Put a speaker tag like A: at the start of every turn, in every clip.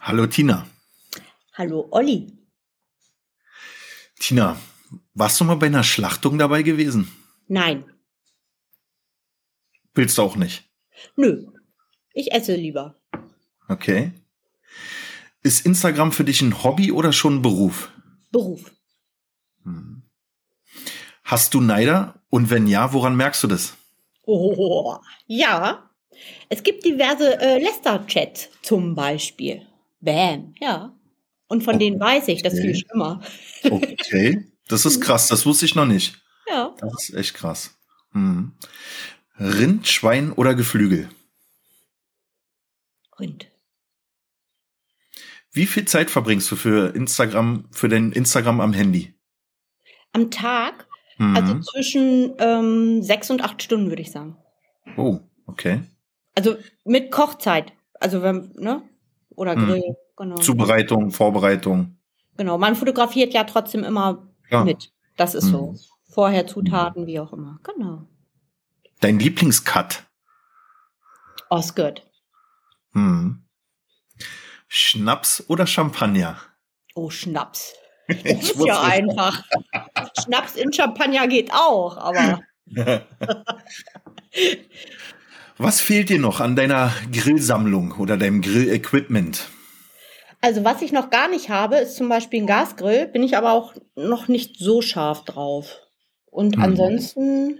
A: Hallo Tina.
B: Hallo Olli.
A: Tina, warst du mal bei einer Schlachtung dabei gewesen?
B: Nein,
A: Willst du auch nicht?
B: nö. Ich esse lieber.
A: Okay. Ist Instagram für dich ein Hobby oder schon ein Beruf?
B: Beruf.
A: Hm. Hast du Neider? Und wenn ja, woran merkst du das?
B: Oh, ja. Es gibt diverse äh, Lästerchats zum Beispiel. Bam, ja. Und von denen weiß ich, das ist viel
A: Okay.
B: schlimmer.
A: Okay. Das ist krass, das wusste ich noch nicht.
B: Ja.
A: Das ist echt krass. Hm. Rind, Schwein oder Geflügel?
B: Rind.
A: Wie viel Zeit verbringst du für Instagram, für dein Instagram am Handy?
B: Am Tag,
A: Hm.
B: also zwischen ähm, sechs und acht Stunden, würde ich sagen.
A: oh, okay.
B: Also mit Kochzeit. Also wenn, ne? Oder
A: Mhm.
B: Grill, genau.
A: Zubereitung, Vorbereitung.
B: Genau. Man fotografiert ja trotzdem immer
A: Ja.
B: mit. Das ist so.
A: Mhm.
B: Vorher Zutaten, wie auch immer. Genau.
A: Dein Lieblingscut?
B: Osgood.
A: Hm. Schnaps oder Champagner?
B: Oh, Schnaps.
A: Ich
B: Das ist
A: wusste
B: ja
A: es.
B: einfach. Schnaps in Champagner geht auch, aber
A: Was fehlt dir noch an deiner Grillsammlung oder deinem Grillequipment?
B: also was ich noch gar nicht habe, ist zum Beispiel ein Gasgrill, bin ich aber auch noch nicht so scharf drauf. Und
A: Hm.
B: ansonsten,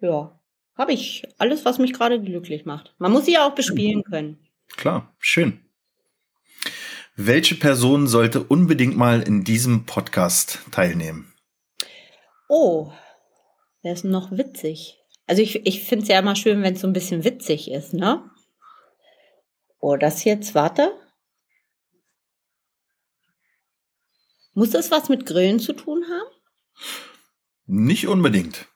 B: ja, habe ich alles, was mich gerade glücklich macht. Man muss sie ja auch bespielen können.
A: Klar, schön. Welche Person sollte unbedingt mal in diesem Podcast teilnehmen?
B: Oh, wer ist denn noch witzig? Also ich, ich finde es ja immer schön, wenn es so ein bisschen witzig ist, ne? Oh, das jetzt, warte. Muss das was mit Grillen zu tun haben?
A: Nicht unbedingt.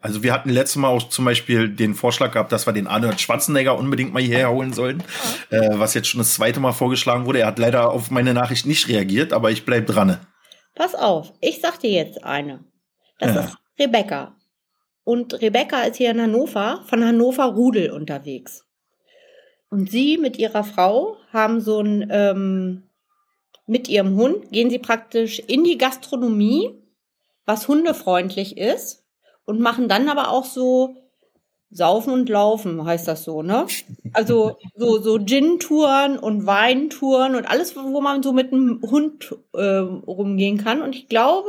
A: Also wir hatten letztes Mal auch zum Beispiel den Vorschlag gehabt, dass wir den Arnold Schwarzenegger unbedingt mal hierher holen sollen, äh, was jetzt schon das zweite Mal vorgeschlagen wurde. Er hat leider auf meine Nachricht nicht reagiert, aber ich bleib dran.
B: Pass auf, ich sag dir jetzt eine. Das
A: Ja.
B: ist Rebecca. Und Rebecca ist hier in Hannover, von Hannover Rudel unterwegs. Und sie mit ihrer Frau haben so ein, ähm, mit ihrem Hund gehen sie praktisch in die Gastronomie, was hundefreundlich ist, und machen dann aber auch so Saufen und Laufen, heißt das so, ne? Also so, so Gin-Touren und Weintouren und alles, wo man so mit einem Hund ähm, rumgehen kann. Und ich glaube,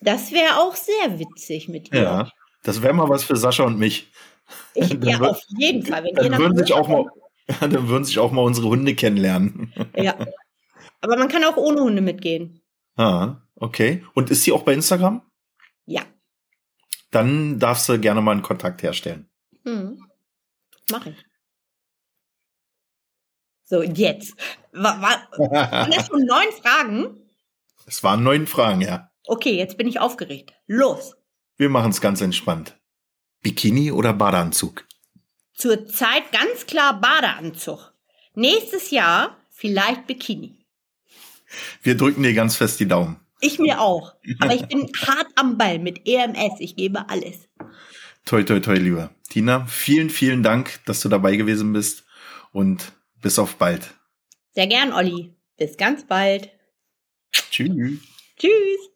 B: das wäre auch sehr witzig mit ihr.
A: Ja, das wäre mal was für Sascha und mich.
B: ich,
A: dann
B: ja
A: wür-
B: auf jeden Fall. Wenn ihr
A: Dann
B: nach um.
A: würden sich auch
B: Hannover
A: mal, dann würden sich auch mal unsere Hunde kennenlernen.
B: kommt- Ja. Aber man kann auch ohne Hunde mitgehen.
A: Ah, okay. Und ist sie auch bei Instagram?
B: Ja.
A: Dann darfst du gerne mal einen Kontakt herstellen.
B: Hm. Mach ich. So, jetzt. War, war, waren das schon neun Fragen?
A: Es waren neun Fragen, ja.
B: Okay, jetzt bin ich aufgeregt. Los.
A: Wir machen es ganz entspannt. Bikini oder Badeanzug?
B: Zurzeit ganz klar Badeanzug. Nächstes Jahr vielleicht Bikini.
A: Wir drücken dir ganz fest die Daumen.
B: Ich mir auch. Aber ich bin hart am Ball mit EMS. Ich gebe alles.
A: Toi, toi, toi, lieber. Tina, vielen, vielen Dank, dass du dabei gewesen bist und bis auf bald.
B: Sehr gern, Olli. Bis ganz bald.
A: Tschüss.
B: Tschüss.